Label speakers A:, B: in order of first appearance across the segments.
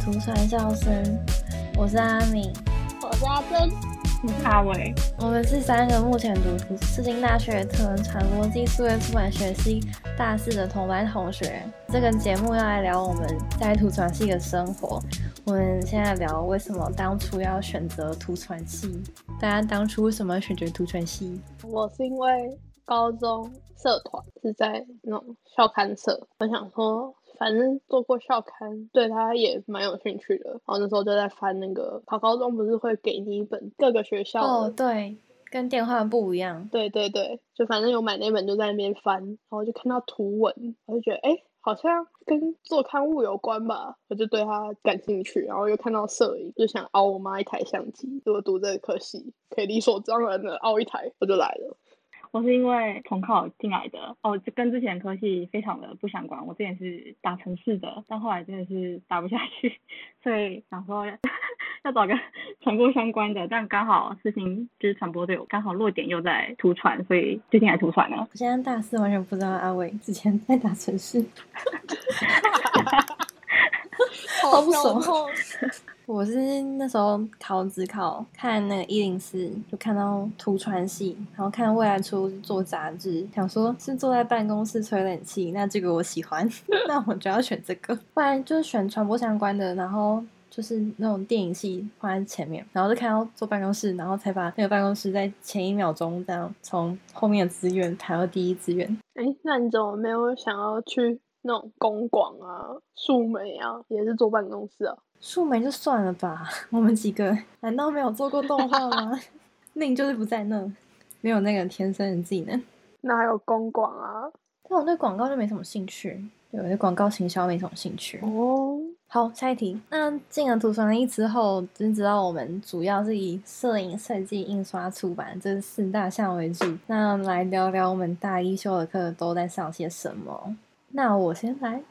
A: 图传笑声，我是阿敏，
B: 我是阿珍，
C: 我是阿伟。
A: 我们是三个目前读图世新大学特文传播技术院出版学系大四的同班同学。这个节目要来聊我们在图传系的生活。我们现在聊为什么当初要选择图传系，大家当初为什么要选择图传系？
B: 我是因为高中社团是在那种校刊社，我想说反正做过校刊，对他也蛮有兴趣的。然后那时候就在翻那个考高中不是会给你一本各个学校的
A: 哦，对，跟电话不一样。
B: 对对对，就反正有买那本就在那边翻，然后就看到图文，我就觉得哎、诶好像跟做刊物有关吧，我就对它感兴趣。然后又看到摄影，就想凹我妈一台相机。如果读这个科系，可以理所当然的凹一台，我就来了。
C: 我是因为统考进来的，哦，这跟之前科系非常的不相关。我之前是打城市的，但后来真的是打不下去，所以想说要找个 传播相关的，但刚好事情就是传播对我刚好落点又在图传，所以最近还图传了。
A: 我现在大四完全不知道阿伟之前在打城市。
B: 好
A: 不
B: 骄
A: 爽
B: 傲
A: 我是那时候考职考，看那个一零四，就看到图传系，然后看未来出做杂志，想说是坐在办公室吹冷气，那这个我喜欢， 那我就要选这个。不然就是选传播相关的，然后就是那种电影系放在前面，然后就看到坐办公室，然后才把那个办公室在前一秒钟这样从后面的资源排到第一资源。
B: 哎、那你怎么没有想要去那种公馆啊、树莓啊，也是坐办公室啊？
A: 树莓就算了吧， 我们几个难道没有做过动画吗？ 命就是不在那，没有那个天生的技能。
B: 那还有公馆啊？
A: 但我对广告就没什么兴趣，对我对广告行销没什么兴趣。
B: 哦，
A: 好，下一题。那进了图传一之后，就知道我们主要是以摄影、设计、印刷、出版这四大项为主。那来聊聊我们大一修的课都在上些什么。那我先来。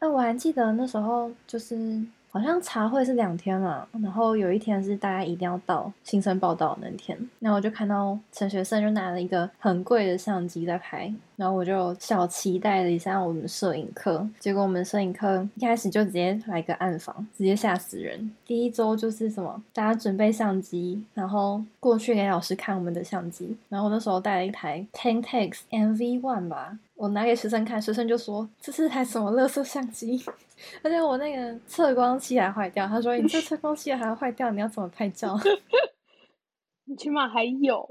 A: 那我还记得那时候就是好像茶会是两天嘛，然后有一天是大家一定要到新生报道的那天，那我就看到陈学圣就拿了一个很贵的相机在拍，然后我就小期待了一下我们摄影课，结果我们摄影课一开始就直接来个暗访，直接吓死人。第一周就是什么，大家准备相机，然后过去给老师看我们的相机，然后我那时候带了一台 Ten Takes MV One 吧，我拿给学生看，学生就说这是台什么垃圾相机， 而且我那个测光器还坏掉。他说你这测光器还坏掉，你要怎么拍照？
B: 你起码还有，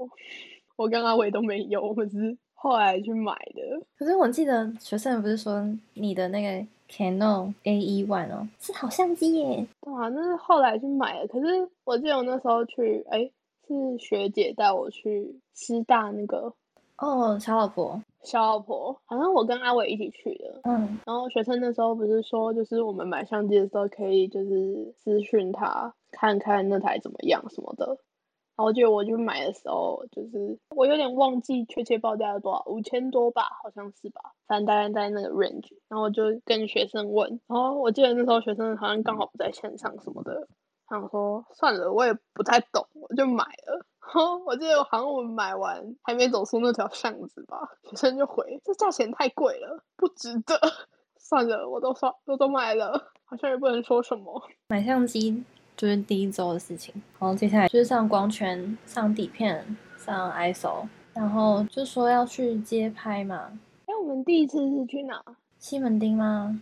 B: 我跟阿伟都没有，我们是后来去买的。
A: 可是我记得学生不是说你的那个 Canon A E One 哦，是好相机耶。
B: 对啊，那是后来去买的。可是我记得我那时候去，哎、是学姐带我去师大那个
A: 哦，小老婆，
B: 小老婆，好像我跟阿伟一起去的。
A: 嗯，
B: 然后学生那时候不是说，就是我们买相机的时候可以就是私讯他，看看那台怎么样什么的。然后我记得我去买的时候，就是我有点忘记确切报价是多少，五千多吧，好像是吧，反正大概在那个 range。然后我就跟学生问，然后我记得那时候学生好像刚好不在线上什么的，想说算了，我也不太懂，我就买了。然后 我记得好像我们买完还没走出那条巷子吧，学生就回：“这价钱太贵了，不值得。” 算了，我都刷，我都买了，好像也不能说什么。
A: 买相机就是第一周的事情，然后接下来就是上光圈、上底片、上 ISO，然后就说要去街拍嘛，
B: 哎、我们第一次是去哪？
A: 西门町吗？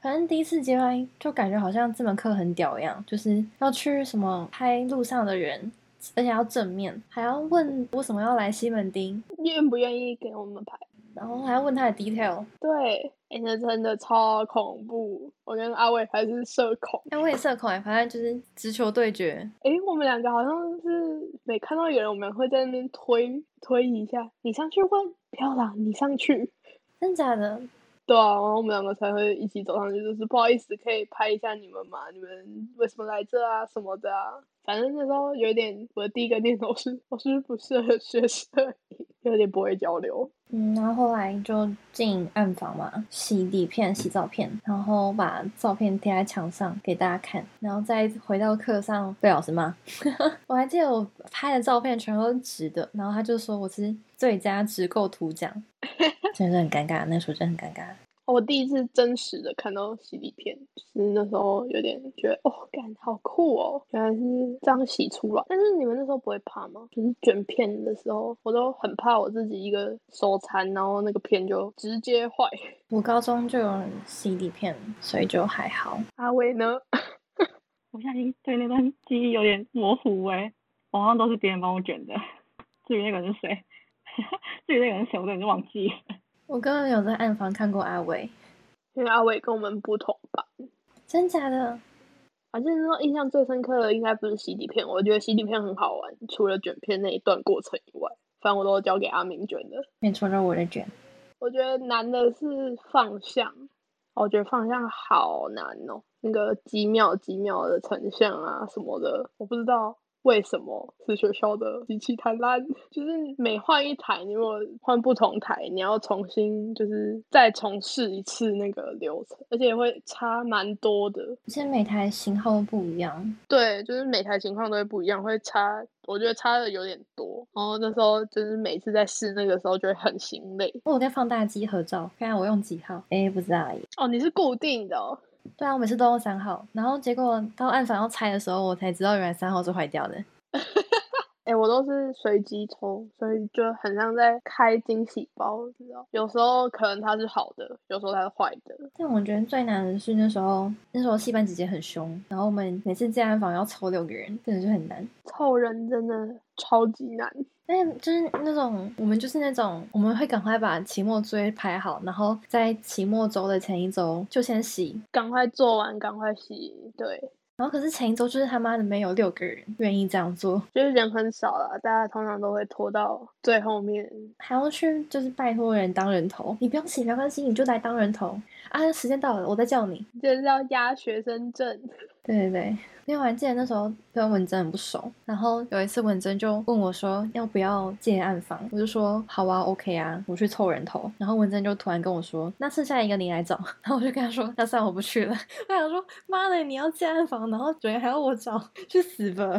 A: 反正第一次接拍就感觉好像这门课很屌一样，就是要去什么拍路上的人，而且要正面，还要问为什么要来西门町，
B: 愿不愿意给我们拍？
A: 然后还要问他的 detail。
B: 对，哎、那真的超恐怖。我跟阿伟还是社恐。
A: 哎，我也社恐哎，反正就是直球对决，
B: 哎、我们两个好像是每看到有人，我们会在那边推推一下，你上去问飘朗，你上去。
A: 真假的？
B: 对啊，然后我们两个才会一起走上去，就是不好意思，可以拍一下你们嘛？你们为什么来这啊？什么的啊？反正那时候有点，我的第一个念头是，我是不是不适合学摄影，有点不会交流。
A: 嗯，然后后来就进暗房嘛，洗底片、洗照片，然后把照片贴在墙上给大家看，然后再回到课上被老师骂。 我还记得我拍的照片全都是直的，然后他就说我是最佳直构图奖，真的很尴尬，那时候真的很尴尬。
B: 哦我第一次真实的看到洗底片，就是那时候有点觉得，哦，干好酷哦，原来是这样洗出来。但是你们那时候不会怕吗？就是卷片的时候，我都很怕我自己一个手残，然后那个片就直接坏。
A: 我高中就有洗底片，所以就还好。
B: 阿伟呢？
C: 我现在已经对那段记忆有点模糊哎、网上都是别人帮我卷的，至于那个人是谁，至于那个人是谁，我根本就忘记了。
A: 我根本有在暗房看过阿伟，
B: 因为阿伟跟我们不同吧。
A: 真假的？
B: 反正说印象最深刻的应该不是洗底片，我觉得洗底片很好玩，除了卷片那一段过程以外，反正我都交给阿明卷的。
A: 没错，就是我的卷。
B: 我觉得难的是放向，我觉得放向好难哦，那个几秒几秒的成像啊什么的，我不知道为什么是学校的机器太烂，就是每换一台，你如果换不同台，你要重新就是再重试一次那个流程，而且会差蛮多的。
A: 而且每台型号都不一样，
B: 对，就是每台情况都会不一样，会差，我觉得差的有点多。然后那时候就是每次在试那个时候就会很心累。
A: 我有跟放大机合照，看看我用几号。哎，不知道而已。
B: 哦，你是固定的哦。
A: 对啊，我每次都用三号，然后结果到暗房要拆的时候，我才知道原来三号是坏掉的。
B: 哎、我都是随机抽，所以就很像在开惊喜包，你知道？有时候可能它是好的，有时候它是坏的。
A: 但我觉得最难的是那时候，那时候戏班姐姐很凶，然后我们每次进暗房要抽六个人，真的是很难。
B: 凑人真的超级难。
A: 但就是那种，我们就是那种，我们会赶快把期末作业排好，然后在期末周的前一周就先洗。
B: 赶快做完，赶快洗。对，
A: 然后可是前一周就是他妈的没有六个人愿意这样做，
B: 就是人很少啦，大家通常都会拖到最后面。
A: 还要去就是拜托人当人头，你不用洗没关系，你就来当人头啊！时间到了，我再叫你。
B: 就是要压学生证。
A: 对对对，因为我还记得那时候跟文珍很不熟，然后有一次文珍就问我说要不要借暗房，我就说好啊，OK 啊，我去凑人头。然后文珍就突然跟我说，那剩下一个你来找， 然后我就跟她说，那算了我不去了。 我想说，妈的，你要借暗房，然后人还要我找，去死吧！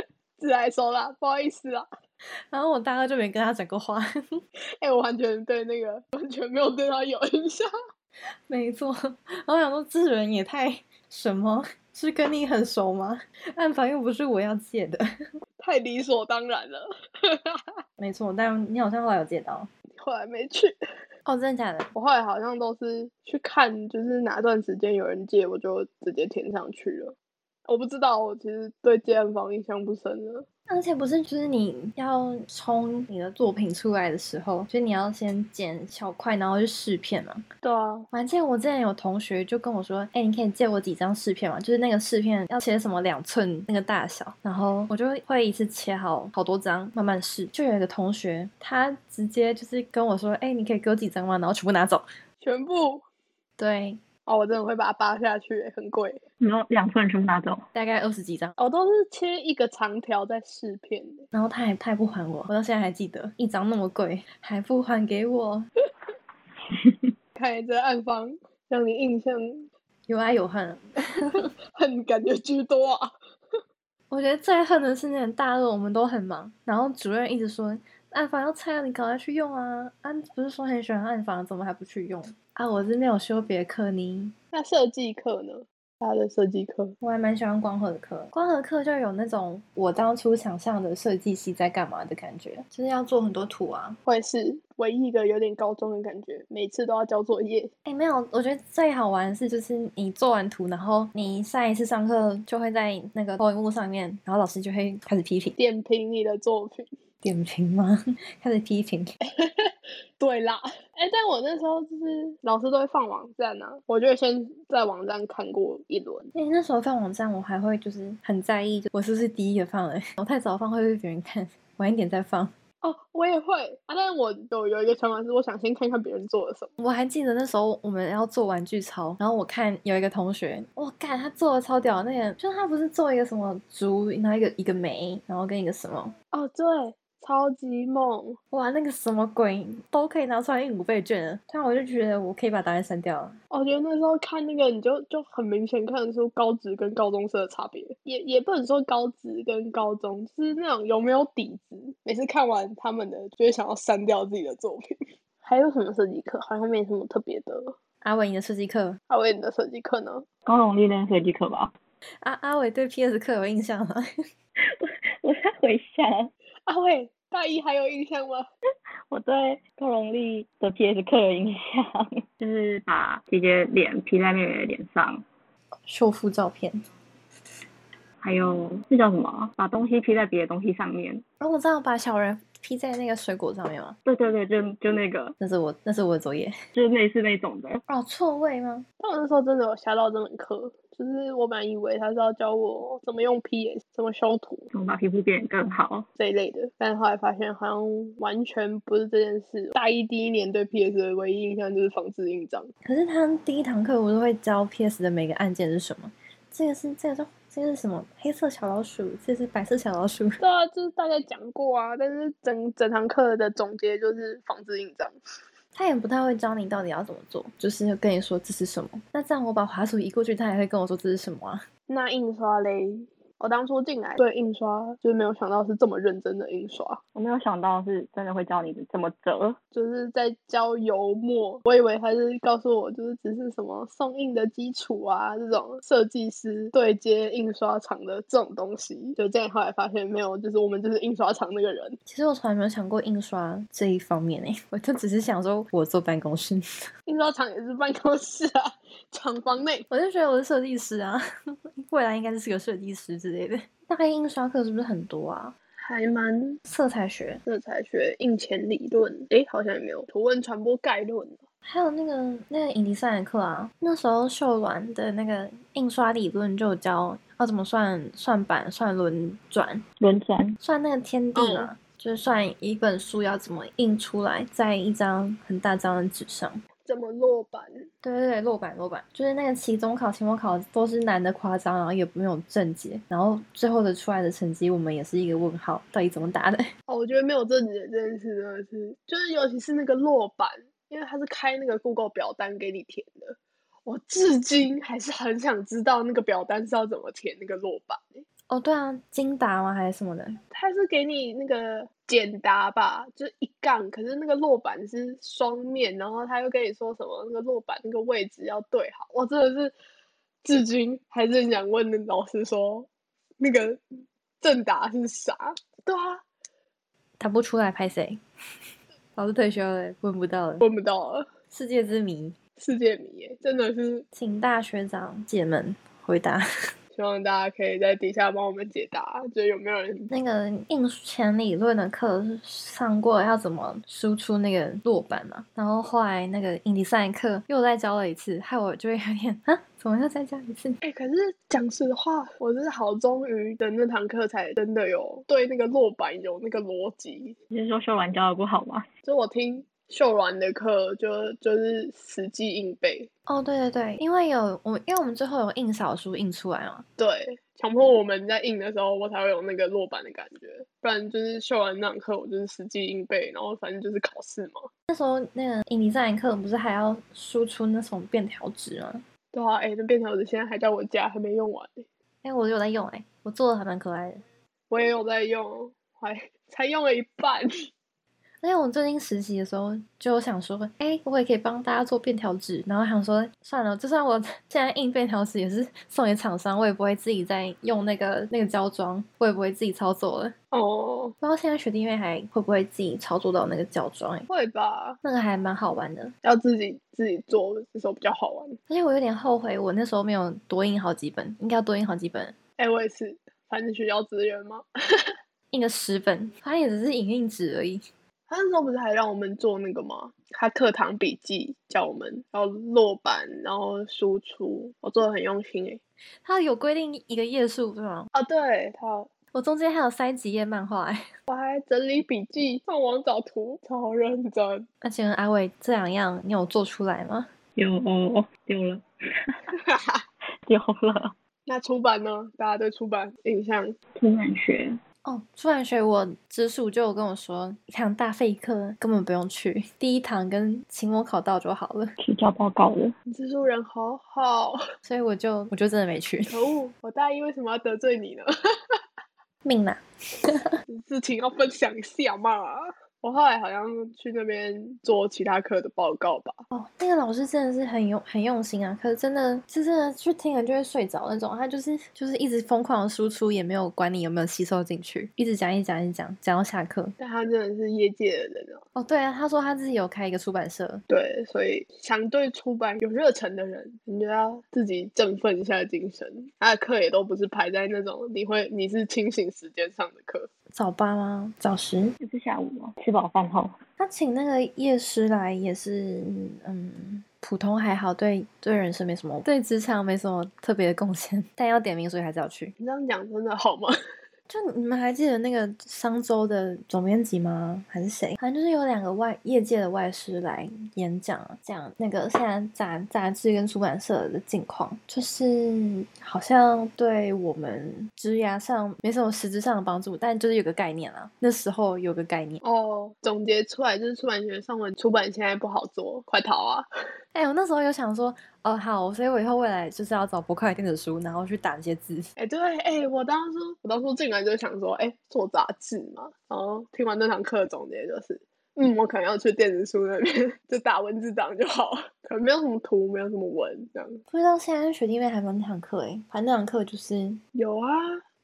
B: 自来熟啦，不好意思啦。
A: 然后我大概就没跟她讲过话，
B: 哎、我完全对那个完全没有对他有印象。
A: 没错，然后我想说这人也太什么。是跟你很熟吗？暗房又不是我要借的，
B: 太理所当然了。
A: 没错，但你好像后来有借到
B: 后来没去，
A: 哦，真的假的？
B: 我后来好像都是去看，就是哪段时间有人借，我就直接填上去了。我不知道，我其实对借案房印象不深了。
A: 而且不是，就是你要冲你的作品出来的时候，就你要先剪小块，然后去试片嘛。
B: 对啊，
A: 我还记得我之前有同学就跟我说：“哎、你可以借我几张试片嘛？就是那个试片要切什么两寸那个大小。”然后我就会一次切好好多张，慢慢试。就有一个同学，他直接就是跟我说：“哎、你可以给我几张吗？”然后全部拿走。
B: 全部
A: 对，
B: 哦，我真的会把它扒下去、很贵。
C: 你说两份全部拿走，
A: 大概二十几张。
B: 我、都是切一个长条在试片的，
A: 然后他还他还不还我，我到现在还记得，一张那么贵，还不还给我，
B: 看来这案房让你印象
A: 有爱有恨。啊
B: 很感觉居多啊。
A: 我觉得最恨的是那种大二我们都很忙，然后主任一直说暗房要拆了，你赶快去用啊！啊，不是说很喜欢暗房，怎么还不去用啊？我是没有修别的课呢，
B: 那设计课呢？他的设计课
A: 我还蛮喜欢光合课，光合课就有那种我当初想象的设计系在干嘛的感觉，就是要做很多图啊。
B: 会是唯一一个有点高中的感觉，每次都要交作业。
A: 哎，没有，我觉得最好玩的是就是你做完图，然后你下一次上课就会在那个投影幕上面，然后老师就会开始批评
B: 点评你的作品。
A: 点评吗？ 开始批评。
B: 对啦，哎、但我那时候就是老师都会放网站啊，我就会先在网站看过一轮。
A: 因为那时候放网站，我还会就是很在意，就我是不是第一个放的，我太早放会被别人看，晚一点再放。
B: 哦，我也会啊，但是我有有一个想法是，我想先看看别人做了什么。
A: 我还记得那时候我们要做玩具操，然后我看有一个同学，我干他做的超屌，那个就是他不是做一个什么竹，然后一个一个梅，然后跟一个什么，
B: 哦，对，超级梦，
A: 哇，那个什么鬼都可以拿出来应五倍卷了。突然我就觉得我可以把答案删掉了。
B: 我哦觉得那时候看那个，你就就很明显看得出高职跟高中生的差别，也也不能说高职跟高中，就是那种有没有底子。每次看完他们的，就会想要删掉自己的作品。 还有什么设计课？好像没什么特别的。
A: 阿伟，你的设计课，
B: 阿伟，你的设计课呢？
C: 高荣历练设计课吧。
A: 阿啊阿伟对 PS 课有印象吗？
C: 我在回想，
B: 阿伟，大一还有印象吗？
C: 我对高荣丽的 PS 课有影响， 就是把姐姐脸 P 在妹妹的脸上，
A: 修复照片。
C: 还有那叫什么啊，把东西 P 在别的东西上面。
A: 哦，我知道，把小人披在那个水果上面吗？
C: 对对对，就就那个，
A: 那是我，那是我的作业。
C: 就是类似那种的。
A: 哦，错位吗？
B: 但我那时候真的有吓到这门课，就是我本来以为他是要教我怎么用 PS、怎么修图
C: 怎么把皮肤变得更好？
B: 这一类的，但后来发现好像完全不是这件事。哦大一第一年对 PS 的唯一印象就是仿制印章，
A: 可是他第一堂课不是会教 PS 的每个按键是什么？这个是这个是这个是什么？黑色小老鼠，这是白色小老鼠。
B: 对啊，就是大家讲过啊，但是整整堂课的总结就是仿制印章。
A: 他也不太会教你到底要怎么做，就是跟你说这是什么。那这样我把滑鼠移过去，他也会跟我说这是什么啊？
B: 那印刷嘞，我当初进来对印刷就是没有想到是这么认真的印刷。
C: 我没有想到是真的会教你怎么折，
B: 就是在教油墨，我以为他是告诉我，就是只是什么送印的基础啊，这种设计师对接印刷厂的这种东西。就这样，后来发现没有，就是我们就是印刷厂那个人。
A: 其实我从来没有想过印刷这一方面诶、 我就只是想说我坐办公室，
B: 印刷厂也是办公室啊， 厂房内。
A: 我就觉得我是设计师啊，未来应该是个设计师之类的。大一印刷课是不是很多啊？
B: 还蛮
A: 色彩学，
B: 色彩学、印钱理论，诶，好像也没有图文传播概论。
A: 还有那个那个影迪赛的课啊，那时候秀鸾的那个印刷理论就有教要怎么算算版、算轮转、
C: 轮转。
A: 算那个天地嘛，就是算一本书要怎么印出来，在一张很大张的纸上。
B: 怎么落版？
A: 对对对，落版落版，就是那个期中考、期末考都是难的夸张，然后也没有正解，然后最后的出来的成绩，我们也是一个问号，到底怎么答的？
B: 哦，我觉得没有正解这件事真的是，就是尤其是那个落版，因为它是开那个 Google 表单给你填的，我至今还是很想知道那个表单是要怎么填那个落版欸。
A: 哦，对啊，精答吗还是什么的？
B: 它是给你那个简答吧，就是一杠，可是那个落板是双面，然后他又跟你说什么那个落板那个位置要对好，我真的是至今还是很想问那老师说那个正答是啥？对啊，
A: 答不出来拍谁？ 老师退休了，问不到了，
B: 问不到了，
A: 世界之谜，
B: 世界迷耶，真的是
A: 请大学长姐们回答。
B: 希望大家可以在底下帮我们解答，就有没有人
A: 那个印钱理论的课是上过要怎么输出那个落板嘛，然后后来那个印第赛课又再教了一次，害我就会有点 啊，怎么又再教一次？
B: 哎、可是讲实话，我是好终于的那堂课才真的有对那个落板有那个逻辑，
C: 你是说修完教的不好吗？
B: 就我听秀鸾的课就就是实际硬背，
A: 哦，对对对，因为有我，因为我们最后有印少数印出来嘛，
B: 对，强迫我们在硬的时候，我才会有那个落板的感觉，不然就是秀鸾那堂课我就是实际硬背，然后反正就是考试嘛。
A: 那时候那个印第赛嗯课不是还要输出那种便条纸吗？
B: 对啊，哎、那便条纸现在还在我家，还没用完欸、
A: 哎，我有在用哎、我做的还蛮可爱的，
B: 我也有在用，还才用了一半。
A: 因为我最近实习的时候，就有想说，哎、我也可以帮大家做便条纸。然后想说，算了，就算我 现在印便条纸也是送给厂商，我也不会自己再用那个那个胶装，我也不会自己操作了。
B: 哦，
A: 不知道现在学弟妹还会不会自己操作到那个胶装、哎，
B: 会吧，
A: 那个还蛮好玩的。
B: 要自己自己做，这时候比较好玩。
A: 而且我有点后悔，我那时候没有多印好几本，应该要多印好几本，
B: 哎、我也是，反正学校资源嘛。
A: 印个十本，反正也只是影印纸而已。
B: 他那时候不是还让我们做那个吗？他课堂笔记叫我们要落板，然后输出，我做的很用心诶、
A: 它有规定一个页数对吗？
B: 啊，对他，
A: 我中间还有塞几页漫画、哎。
B: 我还整理笔记，上网找图，超认真。
A: 那请问阿伟，这两样你有做出来吗？
C: 有丢了丢了，
B: 那出版呢？大家对出版印象？
C: 天然学
A: 哦，出版学我直属就有跟我说，一堂大废课根本不用去，第一堂跟期末考到就好了，
C: 提交报告的，
B: 蜘蛛人好好，
A: 所以我就我就真的没去。
B: 可恶！我大一为什么要得罪你呢？
A: 命啦，
B: 事情要分享一下嘛。我后来好像去那边做其他课的报告吧。
A: 哦，那个老师真的是很用很用心啊，可是真的就是去听了就会睡着那种，他就是就是一直疯狂的输出，也没有管你有没有吸收进去，一直讲一直讲一直讲，讲到下课。
B: 但他真的是业界的人哦，
A: 哦，对啊，他说他自己有开一个出版社，
B: 对，所以想对出版有热忱的人，你就要自己振奋一下精神。他的课也都不是排在那种你会你是清醒时间上的课，
A: 早八吗？早十？
C: 就是下午嘛，吃饱饭后。
A: 他请那个夜师来也是，嗯，普通还好，对对人生没什么，对职场没什么特别的贡献， 但要点名，所以还是要去。
B: 你这样讲真的好吗？
A: 就你们还记得那个商周的总编辑吗？还是谁？反正就是有两个外业界的外师来演讲，讲那个现在杂杂志跟出版社的近况，就是好像对我们职涯上没什么实质上的帮助，但就是有个概念啊。那时候有个概念，
B: 哦，总结出来就是出版学上文出版现在不好做，快逃啊！
A: 哎、我那时候有想说，哦，好，所以我以后未来就是要找博客来电子书，然后去打这些字。
B: 哎、对，哎、我当初我当初进来就想说，哎、做杂志嘛，然后听完那堂课的总结就是，嗯，我可能要去电子书那边就打文字档就好，可能没有什么图，没有什么文这样。
A: 不知道现在学弟妹还有没有那堂课哎、反正那堂课就是，
B: 有啊，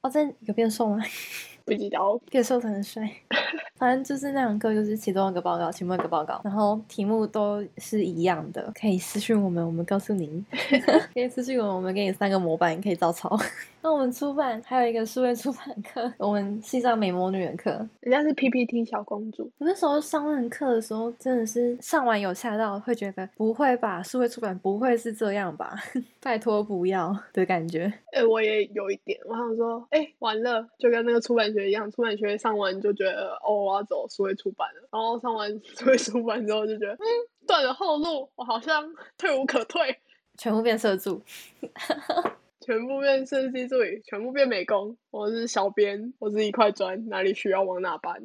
A: 哦，真的有变瘦吗？
B: 不知道，
A: 变瘦成很 帅。反正就是那堂课就是其中一个报告，其中一个报告，然后题目都是一样的，可以私讯我们，我们告诉 您，可以私讯我们，我们给你三个模板，你可以照抄。 那我们出版还有一个数位出版课，我们系上美魔女的课，
B: 人家是 PPT 小公主，
A: 我那时候上那门课的时候，真的是上完有吓到，会觉得不会吧，数位出版不会是这样吧？ 拜托不要的感觉。
B: 哎、我也有一点，我想说，哎、完了，就跟那个出版学一样，出版学上完就觉得，哦，我要走数位出版了，然后上完数位出版之后就觉得，嗯，断了后路，我好像退无可退。
A: 全部变社畜，
B: 全部变设计助理，全部变美工。我是小编，我是一块砖，哪里需要往哪搬，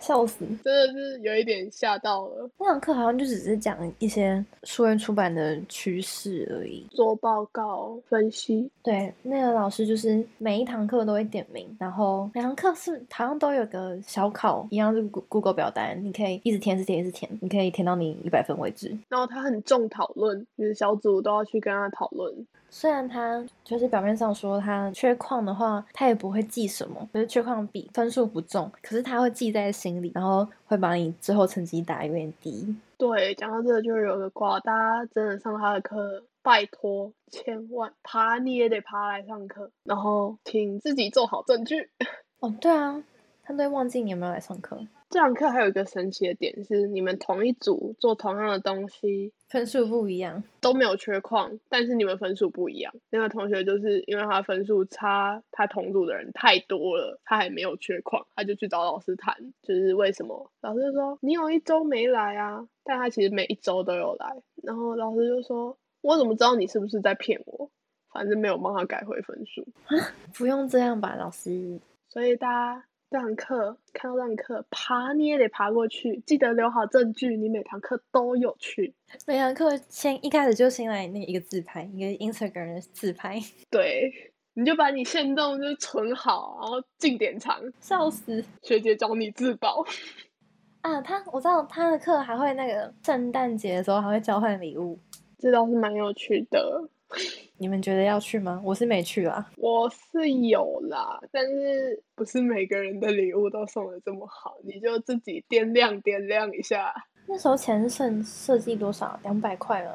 A: 笑死！
B: 真的是有一点吓到了。
A: 那堂课好像就只是讲一些数位出版的趋势而已。
B: 做报告分析，
A: 对，那个老师就是每一堂课都会点名，然后每堂课是好像都有个小考，一样是 Goo- Google 表单，你可以一直填，一直填，一直填，你可以填到你一百分为止。
B: 然后他很重讨论，就是小组都要去跟他讨论。
A: 虽然他就是表面上说他缺矿的话，他也不会记什么，就是缺矿比分数不重，可是他会记在心里，然后会把你最后成绩打得有点低。
B: 对，讲到这个就有个瓜，大家真的上他的课，拜托，千万爬你也得爬来上课，然后请自己做好证据。
A: 哦，对啊，他都会忘记你有没有来上课，
B: 这堂课还有一个神奇的点是，你们同一组做同样的东西，
A: 分数不一样。
B: 都没有缺矿，但是你们分数不一样。那个同学就是因为他分数差，他同组的人太多了，他还没有缺矿，他就去找老师谈，就是为什么？老师就说你有一周没来啊，但他其实每一周都有来。然后老师就说，我怎么知道你是不是在骗我？反正没有帮他改回分数。
A: 不用这样吧，老师。
B: 所以大家这堂课看到这堂课爬你也得爬过去，记得留好证据，你每堂课都有去。
A: 每堂课先一开始就先来那一个自拍，一个 Instagram 的自拍，
B: 对，你就把你限动就存好，然后进典藏，
A: 笑死
B: 学姐教你自保。
A: 啊！他我知道他的课还会那个圣诞节的时候还会交换礼物，
B: 这倒是蛮有趣的。
A: 你们觉得要去吗？我是没去啦。
B: 我是有啦，但是不是每个人的礼物都送的这么好，你就自己掂量掂量一下，
A: 那时候钱剩设计多少？两百块吗？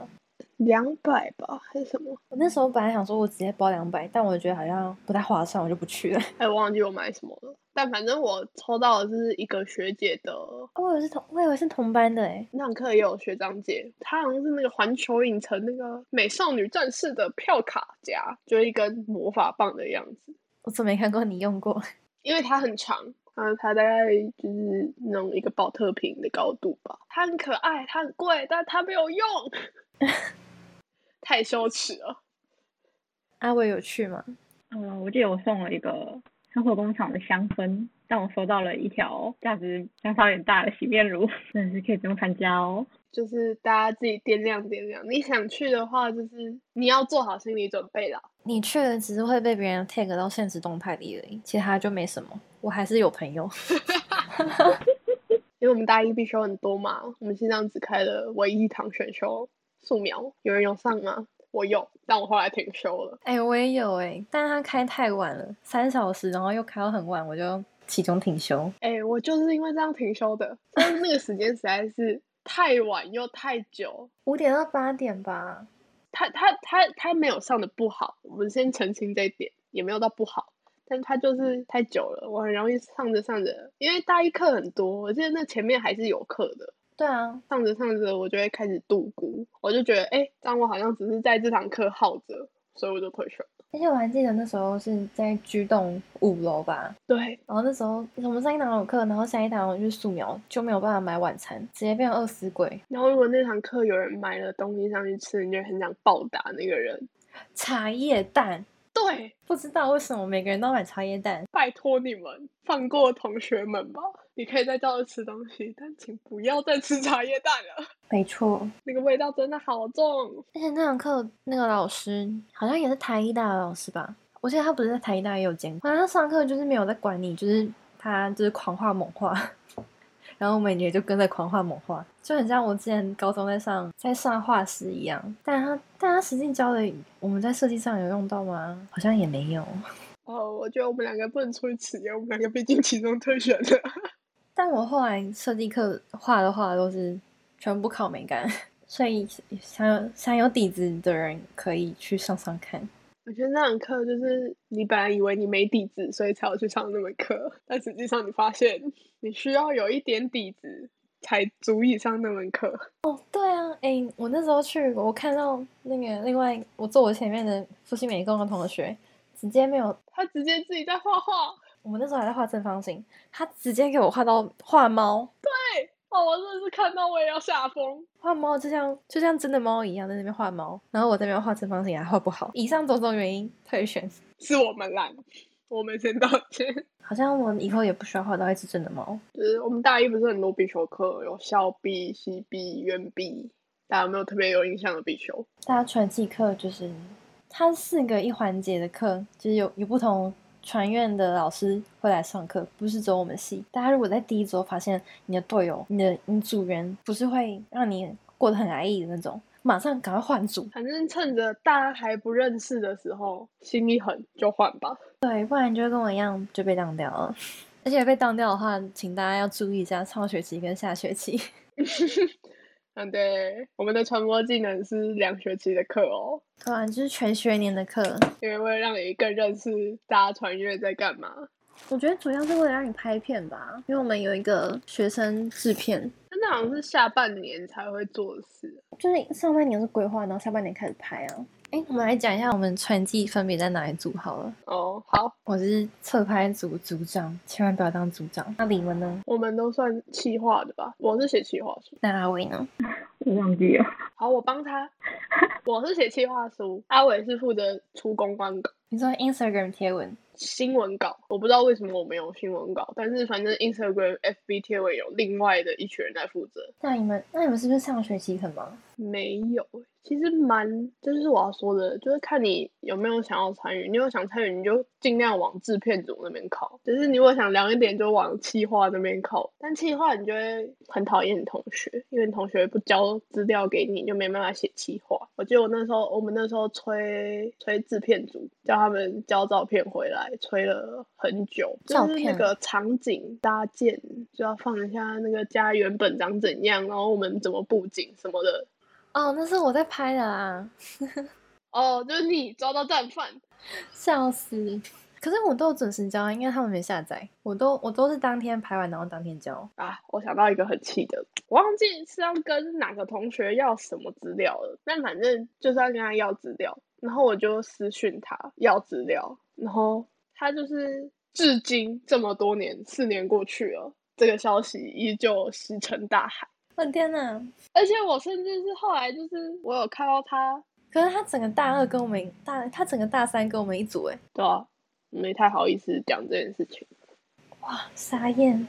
B: 两百吧还是什么？
A: 我那时候本来想说我直接包两百，但我觉得好像不太划算，我就不去了。
B: 哎，我忘记我买什么了。但反正我抽到的是一个学姐的，
A: 哦我以为是同，我以为是同班的欸诶。
B: 那堂课也有学长姐，她好像是那个环球影城那个美少女战士的票卡夹，就是一根魔法棒的样子。
A: 我怎么没看过你用过？
B: 因为它很长，嗯，它大概就是弄一个保特瓶的高度吧。它很可爱，它很贵，但它没有用， 太羞耻了。
A: 阿伟有去吗？
C: 嗯，我记得我送了一个生活工厂的香氛，但我收到了一条价值相差有点大的洗面乳， 真的是可以不用参加哦。
B: 就是大家自己掂量掂量，你想去的话，就是你要做好心理准备啦。
A: 你去了只是会被别人 tag 到现实动态里而已，其他就没什么。我还是有朋友，
B: 因为我们大一必修很多嘛，我们系上只开了唯一一堂选修素描，有人有上吗？我有，但我后来停修了。
A: 哎、我也有哎、但他开太晚了，三小时，然后又开到很晚，我就其中停休。
B: 哎、我就是因为这样停修的，但是那个时间实在是太晚又太久，
A: 五点到八点吧，
B: 他他他他没有上的不好，我们先澄清这一点，也没有到不好，但他就是太久了，我很容易上着上着，因为大一课很多，我记得那前面还是有课的，
A: 对啊，
B: 上着上着我就会开始度孤，我就觉得哎，诶这样我好像只是在这堂课耗着，所以我就退学了。
A: 而且我还记得那时候是在居栋五楼吧，
B: 对，
A: 然后那时候我们上一堂有课，然后下一堂我去素描，就没有办法买晚餐，直接变成饿死鬼，
B: 然后如果那堂课有人买了东西上去吃，你就很想暴打那个人。
A: 茶叶蛋。
B: 对，
A: 不知道为什么每个人都买茶叶蛋，
B: 拜托你们放过同学们吧，你可以在教室吃东西，但请不要再吃茶叶蛋了，
A: 没错。
B: 那个味道真的好重。
A: 而且那堂课那个老师好像也是台医大的老师吧？我记得他不是在台医大也有兼，反正他上课就是没有在管你，就是他就是狂画猛画， 然后我们也就跟着狂画猛画，就很像我之前高中在上在上画室一样。但他但他实际教的我们在设计上有用到吗？好像也没有。
B: 哦，我觉得我们两个不能出去吃因为我们两个毕竟其中退选了。
A: 但我后来设计课画的画都是全部靠美感， 所以想有想有底子的人可以去上上看。
B: 我觉得那堂课就是你本来以为你没底子，所以才要去上那门课，但实际上你发现你需要有一点底子才足以上那门课。
A: 对啊，哎、我那时候去，我看到那个另外我坐我前面的复兴美工的同学，直接没有，
B: 他直接自己在画画，
A: 我们那时候还在画正方形，他直接给我画到画猫，
B: 哦，我真的是看到我也要吓疯。
A: 画猫就像就像真的猫一样在那边画猫，然后我在那边画正方形还画不好，以上种种原因退选，
B: 是我们懒，我们先道歉。
A: 好像我以后也不需要画到一只真的猫。
B: 就是我们大一不是很多必修课，有校必、系必、院必，大家有没有特别有印象的必修？
A: 大家传记课就是它四个一环节的课，就是有有不同传院的老师会来上课，不是只有我们系。大家如果在第一周发现你的队友、你的你组员不是会让你过得很安逸的那种，马上赶快换组，
B: 反正趁着大家还不认识的时候，心一狠就换吧。
A: 对，不然就会跟我一样就被当掉了。而且被当掉的话，请大家要注意一下上学期跟下学期。
B: 嗯，对，我们的传播技能是两学期的课哦，
A: 对啊，就是全学年的课，
B: 因为会让你更认识大家传阅在干嘛。
A: 我觉得主要是为了让你拍片吧，因为我们有一个学生制片，
B: 但那好像是下半年才会做的事。
A: 就是上半年是规划，然后下半年开始拍啊。哎，我们来讲一下我们传记分别在哪一组好了。
B: 哦，好，
A: 我是侧拍组组长，千万不要当组长。那李文呢？
B: 我们都算企划的吧？我是写企划书，
A: 那阿伟呢？
C: 我忘记了。
B: 好，我帮他。我是写企划书，阿伟是负责出公关稿、
A: 你说 Instagram 贴文，
B: 新闻稿。我不知道为什么我们有新闻稿，但是反正 Instagram、FB 贴文有另外的一群人在负责。
A: 那你们那你们是不是上学期很忙？
B: 没有，其实蛮，这就是我要说的，就是看你有没有想要参与。你有想参与，你就尽量往制片组那边靠；只是你如果想凉一点，就往企划那边靠。但企划你就会很讨厌你同学，因为你同学不交资料给你，你就没办法写企划。我记得我那时候，我们那时候催催制片组，叫他们交照片回来，催了很久，就
A: 照
B: 是那
A: 片
B: 个场景搭建，就要放一下那个家原本长怎样，然后我们怎么布景什么的。
A: 哦，那是我在拍的啊啦，
B: 哦，就是你抓到战犯，
A: 笑死！可是我都有准时交啊，因为他们没下载，我都我都是当天拍完然后当天交。
B: 啊！我想到一个很气的，我忘记是要跟哪个同学要什么资料了，但反正就是要跟他要资料，然后我就私讯他要资料，然后他就是至今这么多年，四年过去了，这个消息依旧石沉大海。
A: 我、的天哪！
B: 而且我甚至是后来就是我有看到他，
A: 可是他整个大二跟我们大，他整个大三跟我们一组哎、
B: 对啊，没太好意思讲这件事情。
A: 哇，傻眼！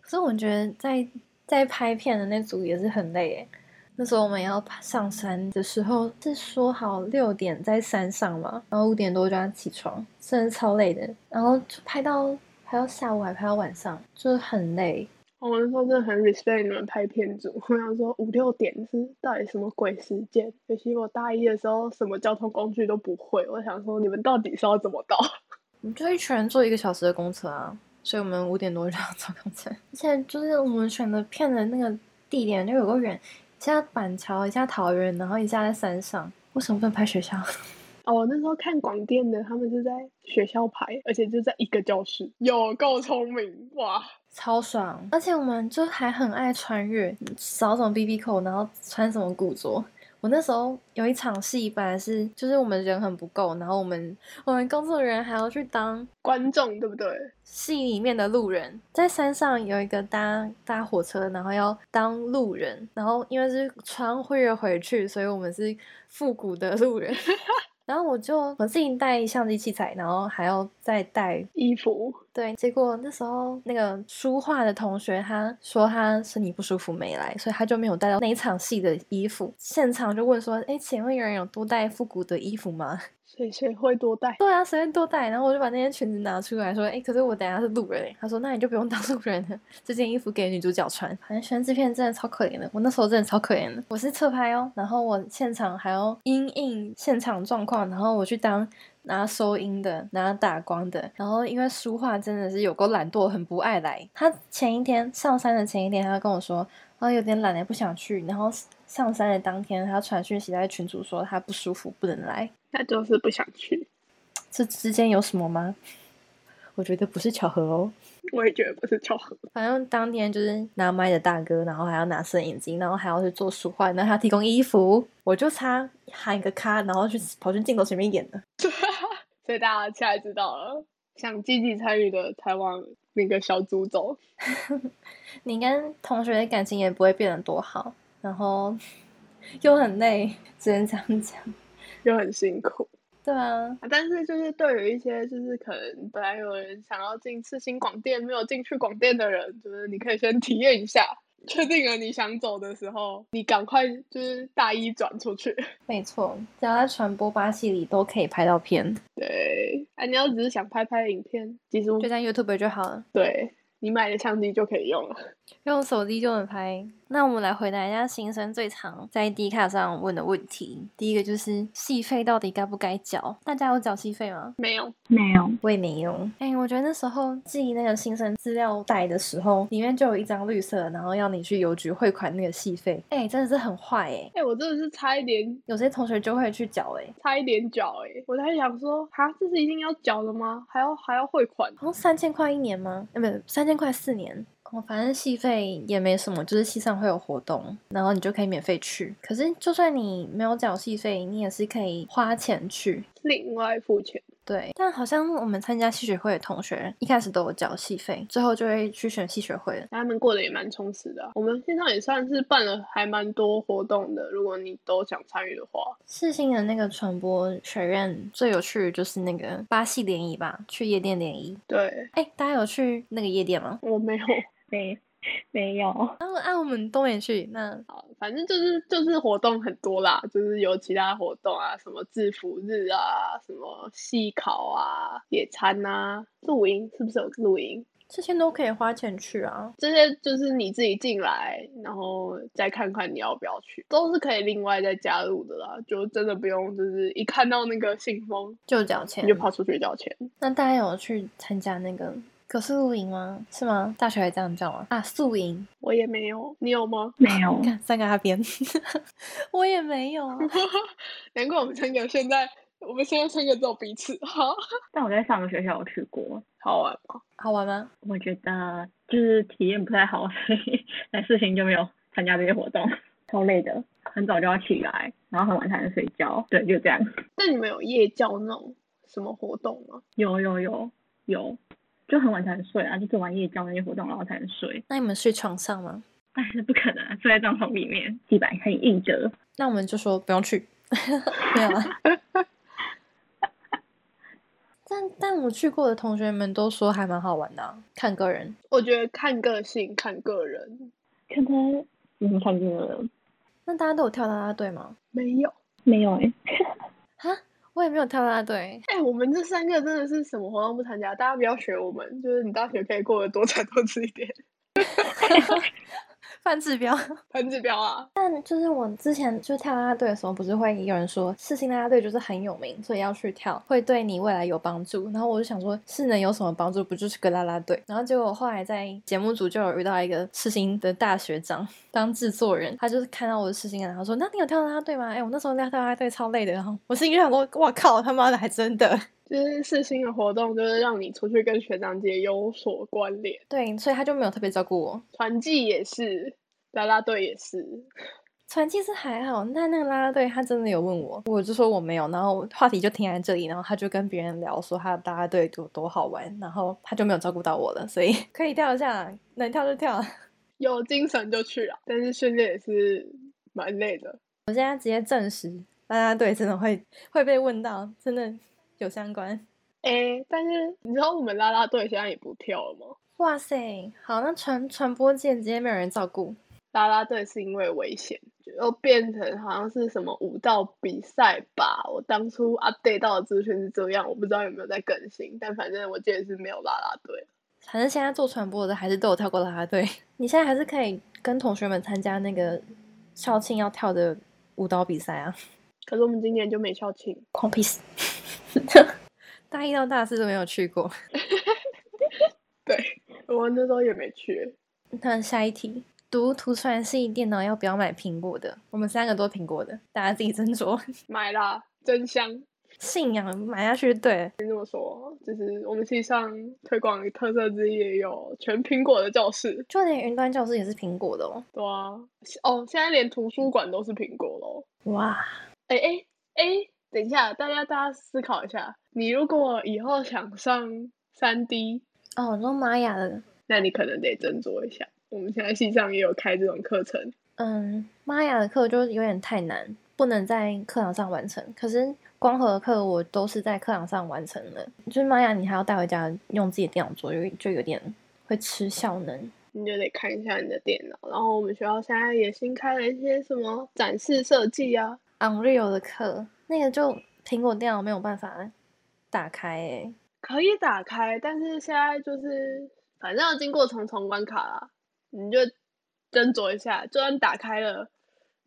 A: 可是我觉得在在拍片的那组也是很累诶。那时候我们要爬上山的时候，是说好六点在山上嘛，然后五点多就要起床，真的超累的。然后就拍到拍到下午，还拍到晚上，就是很累。
B: 我那时候真的很 respect 你们拍片组，我想说五六点是到底什么鬼时间？尤其我大一的时候什么交通工具都不会，我想说你们到底是要怎么到？
A: 我们就一群人坐一个小时的公车啊，所以我们五点多就要坐公车。而且就是我们选的片的那个地点就有个远，一下板桥，一下桃园，然后一下在山上。为什么不能拍学校？
B: 哦，我那时候看广电的，他们是在学校拍，而且就在一个教室，有够聪明哇！
A: 超爽！而且我们就还很爱穿越，扫什么 BB 扣，然后穿什么古着。我那时候有一场戏，本来是就是我们人很不够，然后我们我们工作人员还要去当
B: 观众对不对？
A: 戏里面的路人，在山上有一个搭搭火车，然后要当路人，然后因为是穿越回去，所以我们是复古的路人。 然后我就我自己带相机器材，然后还要再带
B: 衣服
A: 对，结果那时候那个书画的同学他说他身体不舒服没来，所以他就没有带到那一场戏的衣服。现场就问说：“哎，请问有人有多带复古的衣服吗
B: 谁谁会多带？”？
A: 对啊，随便多带。然后我就把那件裙子拿出来说：“哎，可是我等一下是路人欸。”他说：“那你就不用当路人了，这件衣服给女主角穿。”反正宣制片真的超可怜的，我那时候真的超可怜的。我是侧拍哦，然后我现场还要因应现场状况，然后我去当拿收音的，拿打光的，然后因为书画真的是有够懒惰，很不爱来。他前一天上山的前一天，他跟我说，啊有点懒，也不想去。然后上山的当天，他传讯息在群组说他不舒服，不能来。
B: 那就是不想去，
A: 这之间有什么吗？我觉得不是巧合哦。
B: 我也觉得不是巧合。
A: 反正当天就是拿麦的大哥，然后还要拿摄影机，然后还要去做书画，然后还要提供衣服。我就差喊一个咔，然后去跑去镜头前面演了。
B: 所以大家现在知道了，想积极参与的台湾那个小组走，
A: 你跟同学的感情也不会变得多好，然后 又很累，只能这样讲。
B: 又很辛苦。
A: 对啊，
B: 啊但是就是对于一些就是可能本来有人想要进次新广电没有进去广电的人，就是你可以先体验一下，确定了你想走的时候，你赶快就是大一转出去。
A: 没错，只要在传播巴西里都可以拍到片，
B: 对，啊，你要只是想拍拍影片，其实
A: 就在 YouTube 就好了，
B: 对你买的相机就可以用了。
A: 用手机就能拍。那我们来回答一下新生最常在 D 卡上问的问题。第一个就是戏费到底该不该缴？大家有缴戏费吗？
B: 没有，
C: 没有，
A: 我也没有。哎、我觉得那时候寄那个新生资料袋的时候，里面就有一张绿色的，然后要你去邮局汇款那个戏费。哎、真的是很坏哎、
B: 哎、我真的是差一点
A: 有些同学就会去缴哎、
B: 差一点缴哎、我在想说，哈，这是一定要缴的吗？还要还要汇款？
A: 好像三千块一年吗？呃，不，三千块四年。哦，反正戏费也没什么，就是戏上会有活动，然后你就可以免费去。可是就算你没有缴戏费，你也是可以花钱去。
B: 另外付钱？
A: 对，但好像我们参加戏学会的同学一开始都有缴戏费，最后就会去选戏学会了。
B: 他们过得也蛮充实的啊、我们线上也算是办了还蛮多活动的，如果你都想参与的话，
A: 世新的那个传播学院最有趣的就是那个巴西联谊吧，去夜店联谊。
B: 对
A: 哎，大家有去那个夜店吗？
B: 我没有。
C: 没没有，
A: 啊，啊，我们都没去。那
B: 好，反正就是就是活动很多啦，就是有其他活动啊，什么制服日啊，什么戏考啊，野餐啊，露营是不是有露营？
A: 这些都可以花钱去啊。
B: 这些就是你自己进来，然后再看看你要不要去，都是可以另外再加入的啦，就真的不用就是一看到那个信封
A: 就缴钱
B: 你就跑出去交钱。
A: 那大家有去参加那个可是露营吗？是吗？大学还这样叫吗？啊，宿营，
B: 我也没有，你有吗？
C: 没有，
A: 看三个阿边， 我也没有啊。
B: 难怪我们三个现在，我们现在三个只有彼此，好
C: 但我在上个学校有去过，
B: 好玩吗？
A: 好玩吗？
C: 我觉得就是体验不太好， 所以来事情就没有参加这些活动，超累的，很早就要起来，然后很晚才能睡觉，对，就这样。
B: 那你们有夜教那种什么活动吗？
C: 有有有有，就很晚才能睡啊，就做完夜交那些活动，然后才能睡，
A: 那你们睡床上吗？
C: 但 是不可能啊，睡在帐篷里面，地板很硬折。
A: 那我们就说不用去， 没有啊。但但我去过的同学们都说还蛮好玩的啊、看个人。
B: 我觉得看个性，看个人。
C: 可能你们看这个
A: 那大家都有跳啦啦队吗？
B: 没有，
C: 没有哎、
A: 啊，我也没有跳啦啦队。
B: 哎、我们这三个真的 是什么活动不参加，大家不要学我们，就是你大学可以过得多彩多姿一点。
A: 泛指标。
B: 喷指标啊，
A: 但就是我之前就跳啦啦队的时候，不是会有人说世新啦啦队就是很有名，所以要去跳，会对你未来有帮助。然后我就想说，是能有什么帮助？不就是个啦啦队？然后结果后来在节目组就有遇到一个世新的大学长当制作人，他就是看到我的世新啊，然后说：“那你有跳啦啦队吗？”哎、我那时候跳啦啦队超累的，然后我心里就想说：“哇靠，他妈的还真的。”
B: 就是世新的活动，就是让你出去跟学长姐有所关联。
A: 对，所以他就没有特别照顾我。
B: 传记也是，啦啦队也是，
A: 传记是还好，但那个啦啦队他真的有问我，我就说我没有，然后话题就停在这里，然后他就跟别人聊说他的啦啦队多多好玩，然后他就没有照顾到我了，所以可以跳一下，能跳就跳。
B: 有精神就去啊。但是训练也是蛮累的。
A: 我现在直接证实，啦啦队真的会会被问到，真的有相关。
B: 诶、但是你知道我们啦啦队现在也不跳了吗？
A: 哇塞，好，那传传播界直接没有人照顾，
B: 啦啦队是因为危险，就变成好像是什么舞蹈比赛吧。我当初 update 到的资讯是这样，我不知道有没有在更新，但反正我记得是没有啦啦队。
A: 反正现在做传播的还是都有跳过啦啦队。 你现在还是可以跟同学们参加那个校庆要跳的舞蹈比赛啊。
B: 可是我们今年就没校庆，
A: 狂屁事！ 大一到大四都没有去过。
B: 我那时候也没去。
A: 那下一题，读图传系电脑要不要买苹果的？我们三个都苹果的，大家自己斟酌。
B: 买啦，真香！
A: 信仰买下去就对了，
B: 就是我们系上推广特色之一也有全苹果的教室，
A: 就连云端教室也是苹果的哦。
B: 对啊，哦，现在连图书馆都是苹果喽。
A: 哇，
B: 哎哎哎，等一下，大家大家思考一下，你如果以后想上三 D，
A: 哦，你说玛雅的，
B: 那你可能得斟酌一下。我们现在系上也有开这种课程，
A: 嗯，玛雅的课就有点太难，不能在课堂上完成。可是光合的课我都是在课堂上完成的，就是玛雅你还要带回家用自己的电脑做，就就有点会吃效能。
B: 你就得看一下你的电脑。然后我们学校现在也新开了一些什么展示设计啊，
A: Unreal 的课，那个就苹果电脑没有办法打开欸诶、
B: 可以打开，但是现在就是反正要经过重重关卡啦，你就斟酌一下，就算打开了，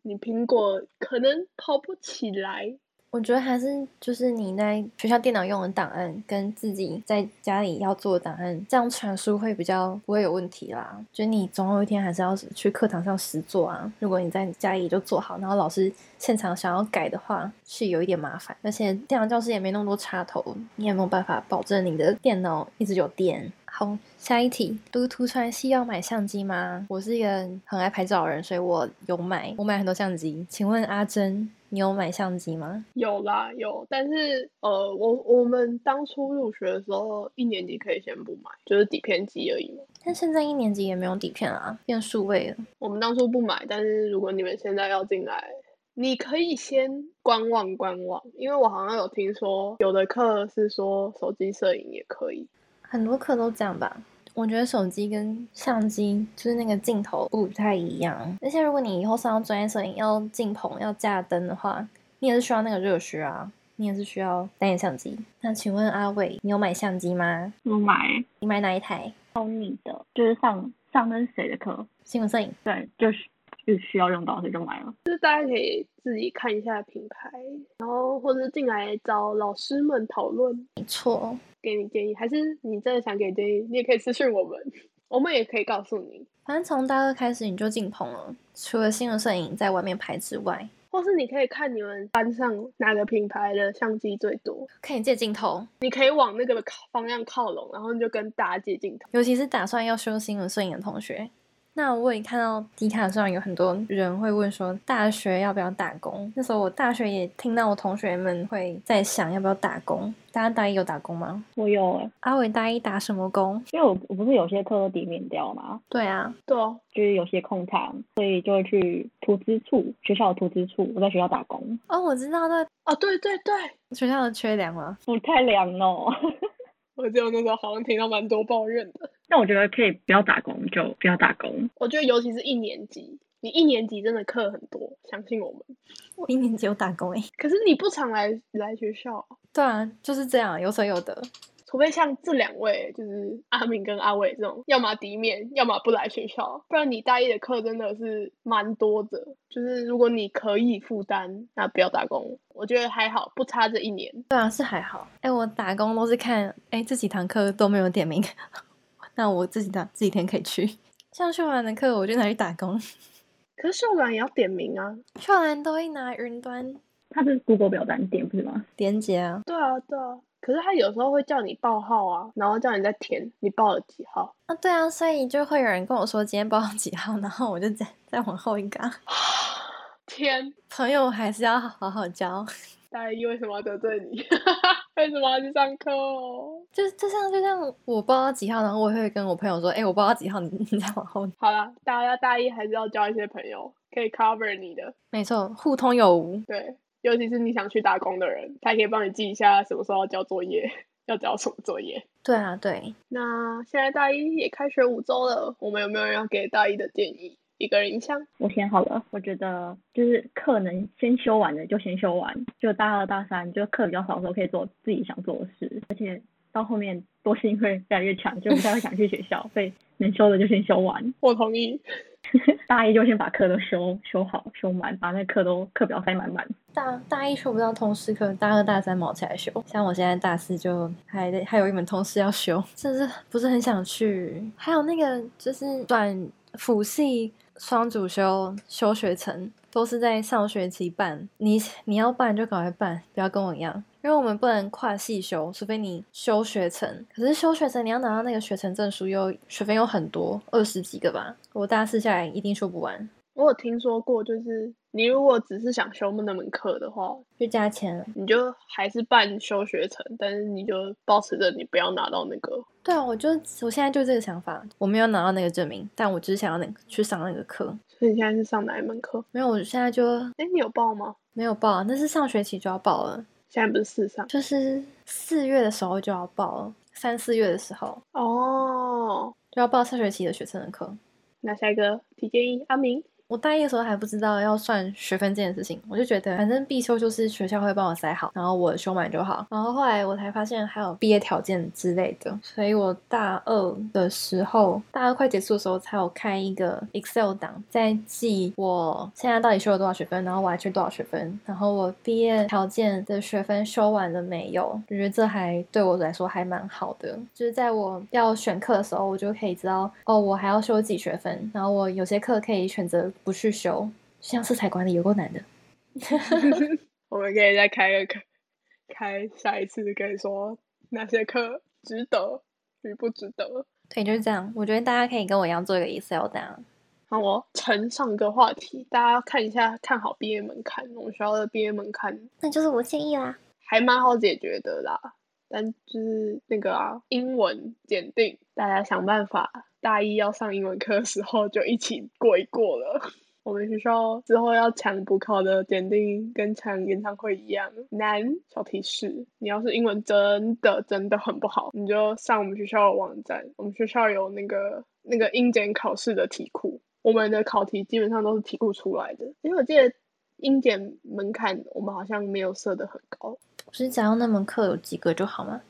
B: 你苹果可能跑不起来。
A: 我觉得还是就是你在学校电脑用的档案跟自己在家里要做的档案，这样传输会比较不会有问题啦。就你总有一天还是要去课堂上实做啊。如果你在家里就做好，然后老师现场想要改的话，是有一点麻烦。而且电脑教室也没那么多插头，你也没有办法保证你的电脑一直有电。好，下一题，读图传系要买相机吗？我是一个很爱拍照的人，所以我有买，我买很多相机。请问阿珍，你有买相机吗？
B: 有啦有，但是呃，我我们当初入学的时候，一年级可以先不买，就是底片机而已嘛。
A: 但现在一年级也没有底片啊，变数位了。
B: 我们当初不买，但是如果你们现在要进来，你可以先观望观望，因为我好像有听说有的课是说手机摄影也可以，
A: 很多课都这样吧。我觉得手机跟相机就是那个镜头不太一样，而且如果你以后上到专业摄影要进棚要架灯的话，你也是需要那个热虚啊，你也是需要单眼相机。那请问阿伟，你有买相机吗？
C: 我买
A: 你买哪一台？
C: Sony 的，就是上上跟谁的课，
A: 新闻摄影。
C: 对，就是就是需要用到，所以就买了。
B: 就是大家可以自己看一下品牌，然后或者进来找老师们讨论，
A: 没错，
B: 给你建议，还是你真的想给建议，你也可以私讯我们， 我们也可以告诉你，
A: 反正从大二开始你就进棚了，除了新闻摄影在外面拍之外，
B: 或是你可以看你们班上哪个品牌的相机最多，
A: 可以借镜头，
B: 你可以往那个靠方向靠拢，然后你就跟大家借镜头。
A: 尤其是打算要修新闻摄影的同学。那我也看到迪卡上有很多人会问说，大学要不要打工？那时候我大学也听到我同学们会在想要不要打工。大家大一有打工吗？
C: 我有欸，
A: 阿伟大一打什么工？
C: 因为我我不是有些课都抵免掉嘛，
A: 对啊，
B: 对哦，
C: 就是有些空堂，所以就会去图资处，学校的图资处，我在学校打工，
A: 哦，我知道那
B: 哦，对对对，
A: 学校的缺粮了。
C: 不太凉 哦。
B: 我记得我那时候好像听到蛮多抱怨的，
C: 但我觉得可以不要打工就不要打工，
B: 我觉得尤其是一年级，你一年级真的课很多，相信我们。
A: 我一年级有打工诶、欸
B: 可是你不常来来学校啊，
A: 对啊，就是这样，有舍有得。
B: 除非像这两位，就是阿明跟阿伟这种，要么抵免，要么不来学校，啊不然你大一的课真的是蛮多的。就是如果你可以负担，那不要打工，我觉得还好，不差这一年。
A: 对啊，是还好。哎、我打工都是看，哎、这几堂课都没有点名， 那我这几堂这几天可以去。像秀兰的课，我就拿去打工。
B: 可是秀兰也要点名啊。
A: 秀兰都会拿云端
C: 它是 Google 表单点不是吗？
A: 连接啊，
B: 对啊，对啊。可是他有时候会叫你报号啊，然后叫你再填你报了几号。
A: 啊对啊，所以就会有人跟我说今天报几号，然后我就再再往后一嘎。
B: 天，
A: 朋友还是要好好交，
B: 大一为什么要得罪你？ 为什么要去上课哦？
A: 就就像就像我报到几号，然后我会跟我朋友说，哎、我报到几号，你你再往后。
B: 好啦，大家大一还是要交一些朋友，可以 cover 你的。
A: 没错，互通有无。
B: 对，尤其是你想去打工的人，他可以帮你记一下什么时候要交作业，要交什么作业。
A: 对啊，对，
B: 那现在大一也开学五周了，我们有没有人要给大一的建议？一个人一项，
C: 我先好了，我觉得就是课能先修完的就先修完，就大二大三就课比较少的时候可以做自己想做的事，而且到后面多是因为越来越强，就不太会想去学校，所以能修的就先修完。
B: 我同意。
C: 大一就先把课都修修好修满，把那课都课表塞满满。
A: 大大一修不到通识课，大二大三毛起来修。像我现在大四就还得还有一门通识要修，真是不是很想去。还有那个就是转辅系双主修修学程，都是在上学期办。你你要办就赶快办，不要跟我一样，因为我们不能跨系修，除非你修学程。可是修学程你要拿到那个学程证书又，学费又很多，二十几个吧。我大四下来一定修不完，
B: 我有听说过，就是你如果只是想修那门课的话，
A: 就加钱了。
B: 你就还是办休学程，但是你就保持着你不要拿到那个。
A: 对啊，我就我现在就这个想法，我没有拿到那个证明，但我只是想要那个去上那个课。
B: 所以你现在是上哪一门课？
A: 没有，我现在就
B: 哎，你有报吗？
A: 没有报，那是上学期就要报了，
B: 现在不是四上
A: 就是四月的时候就要报了，三四月的时候
B: 哦。
A: 就要报下学期的学生的课。
B: 那下一个提建议，阿明。
A: 我大一的时候还不知道要算学分这件事情，我就觉得反正必修就是学校会帮我塞好，然后我修满就好。然后后来我才发现还有毕业条件之类的，所以我大二的时候，大二快结束的时候才有开一个 Excel 档，在记我现在到底修了多少学分，然后我还缺多少学分，然后我毕业条件的学分修完了没有？我觉得这还对我来说还蛮好的，就是在我要选课的时候，我就可以知道哦，我还要修几学分，然后我有些课可以选择不去修，像色彩管理有够难的。
B: 我们可以再开个课，开下一次可以说哪些课值得与不值得。
A: 对，就是这样。我觉得大家可以跟我一样做一个 Excel 档。
B: 那我承上个话题，大家看一下，看好毕业门槛，我们学校的毕业门槛
A: 那就是我建议啦。
B: 还蛮好解决的啦。但就是那个啊，英文检定，大家想办法，大一要上英文课的时候就一起过一过了。我们学校之后要抢补考的检定，跟抢演唱会一样难。小提示：你要是英文真的真的很不好，你就上我们学校的网站。我们学校有那个那个英检考试的题库，我们的考题基本上都是题库出来的。因为我记得英检门槛我们好像没有设的很高，
A: 不是只要那门课有及格就好吗？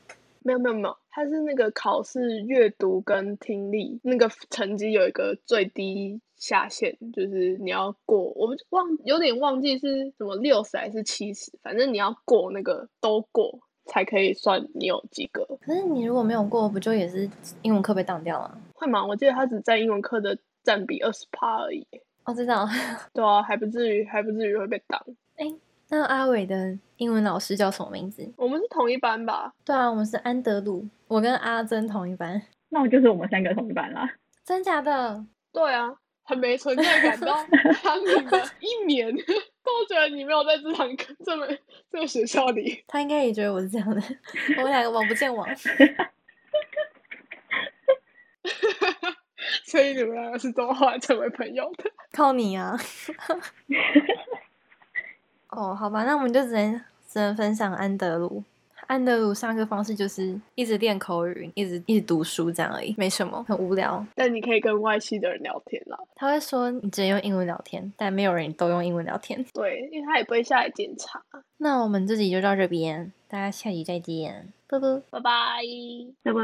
B: 没有没有没有，它是那个考试阅读跟听力那个成绩有一个最低下限，就是你要过，我们忘有点忘记是什么六十还是七十，反正你要过那个都过才可以算你有及格。
A: 可是你如果没有过，不就也是英文课被当掉了？
B: 会吗？我记得它只占英文课的占比二十趴而已。
A: 哦，知道。
B: 对啊，还不至于还不至于会被挡。
A: 那阿伟的英文老师叫什么名字？
B: 我们是同一班吧？
A: 对啊，我们是安德鲁，我跟阿珍同一班，
C: 那我就是我们三个同一班啦。
A: 真假的？
B: 对啊，很没存在感到他们的一年 都觉得你没有在这堂课这门这个学校里。
A: 他应该也觉得我是这样的， 我们两个网不见网。
B: 所以你们两个是怎么后来成为朋友的？
A: 靠你啊！哦，好吧，那我们就只能只能分享安德鲁。安德鲁上课方式就是一直练口语，一直一直读书这样而已，没什么，很无聊。
B: 但你可以跟外系的人聊天啦，
A: 他会说你只能用英文聊天，但没有人都用英文聊天。
B: 对，因为他也不会下来检查。
A: 那我们这集就到这边，
D: 大家下集再见，啵啵。
A: 拜拜。
B: 对不？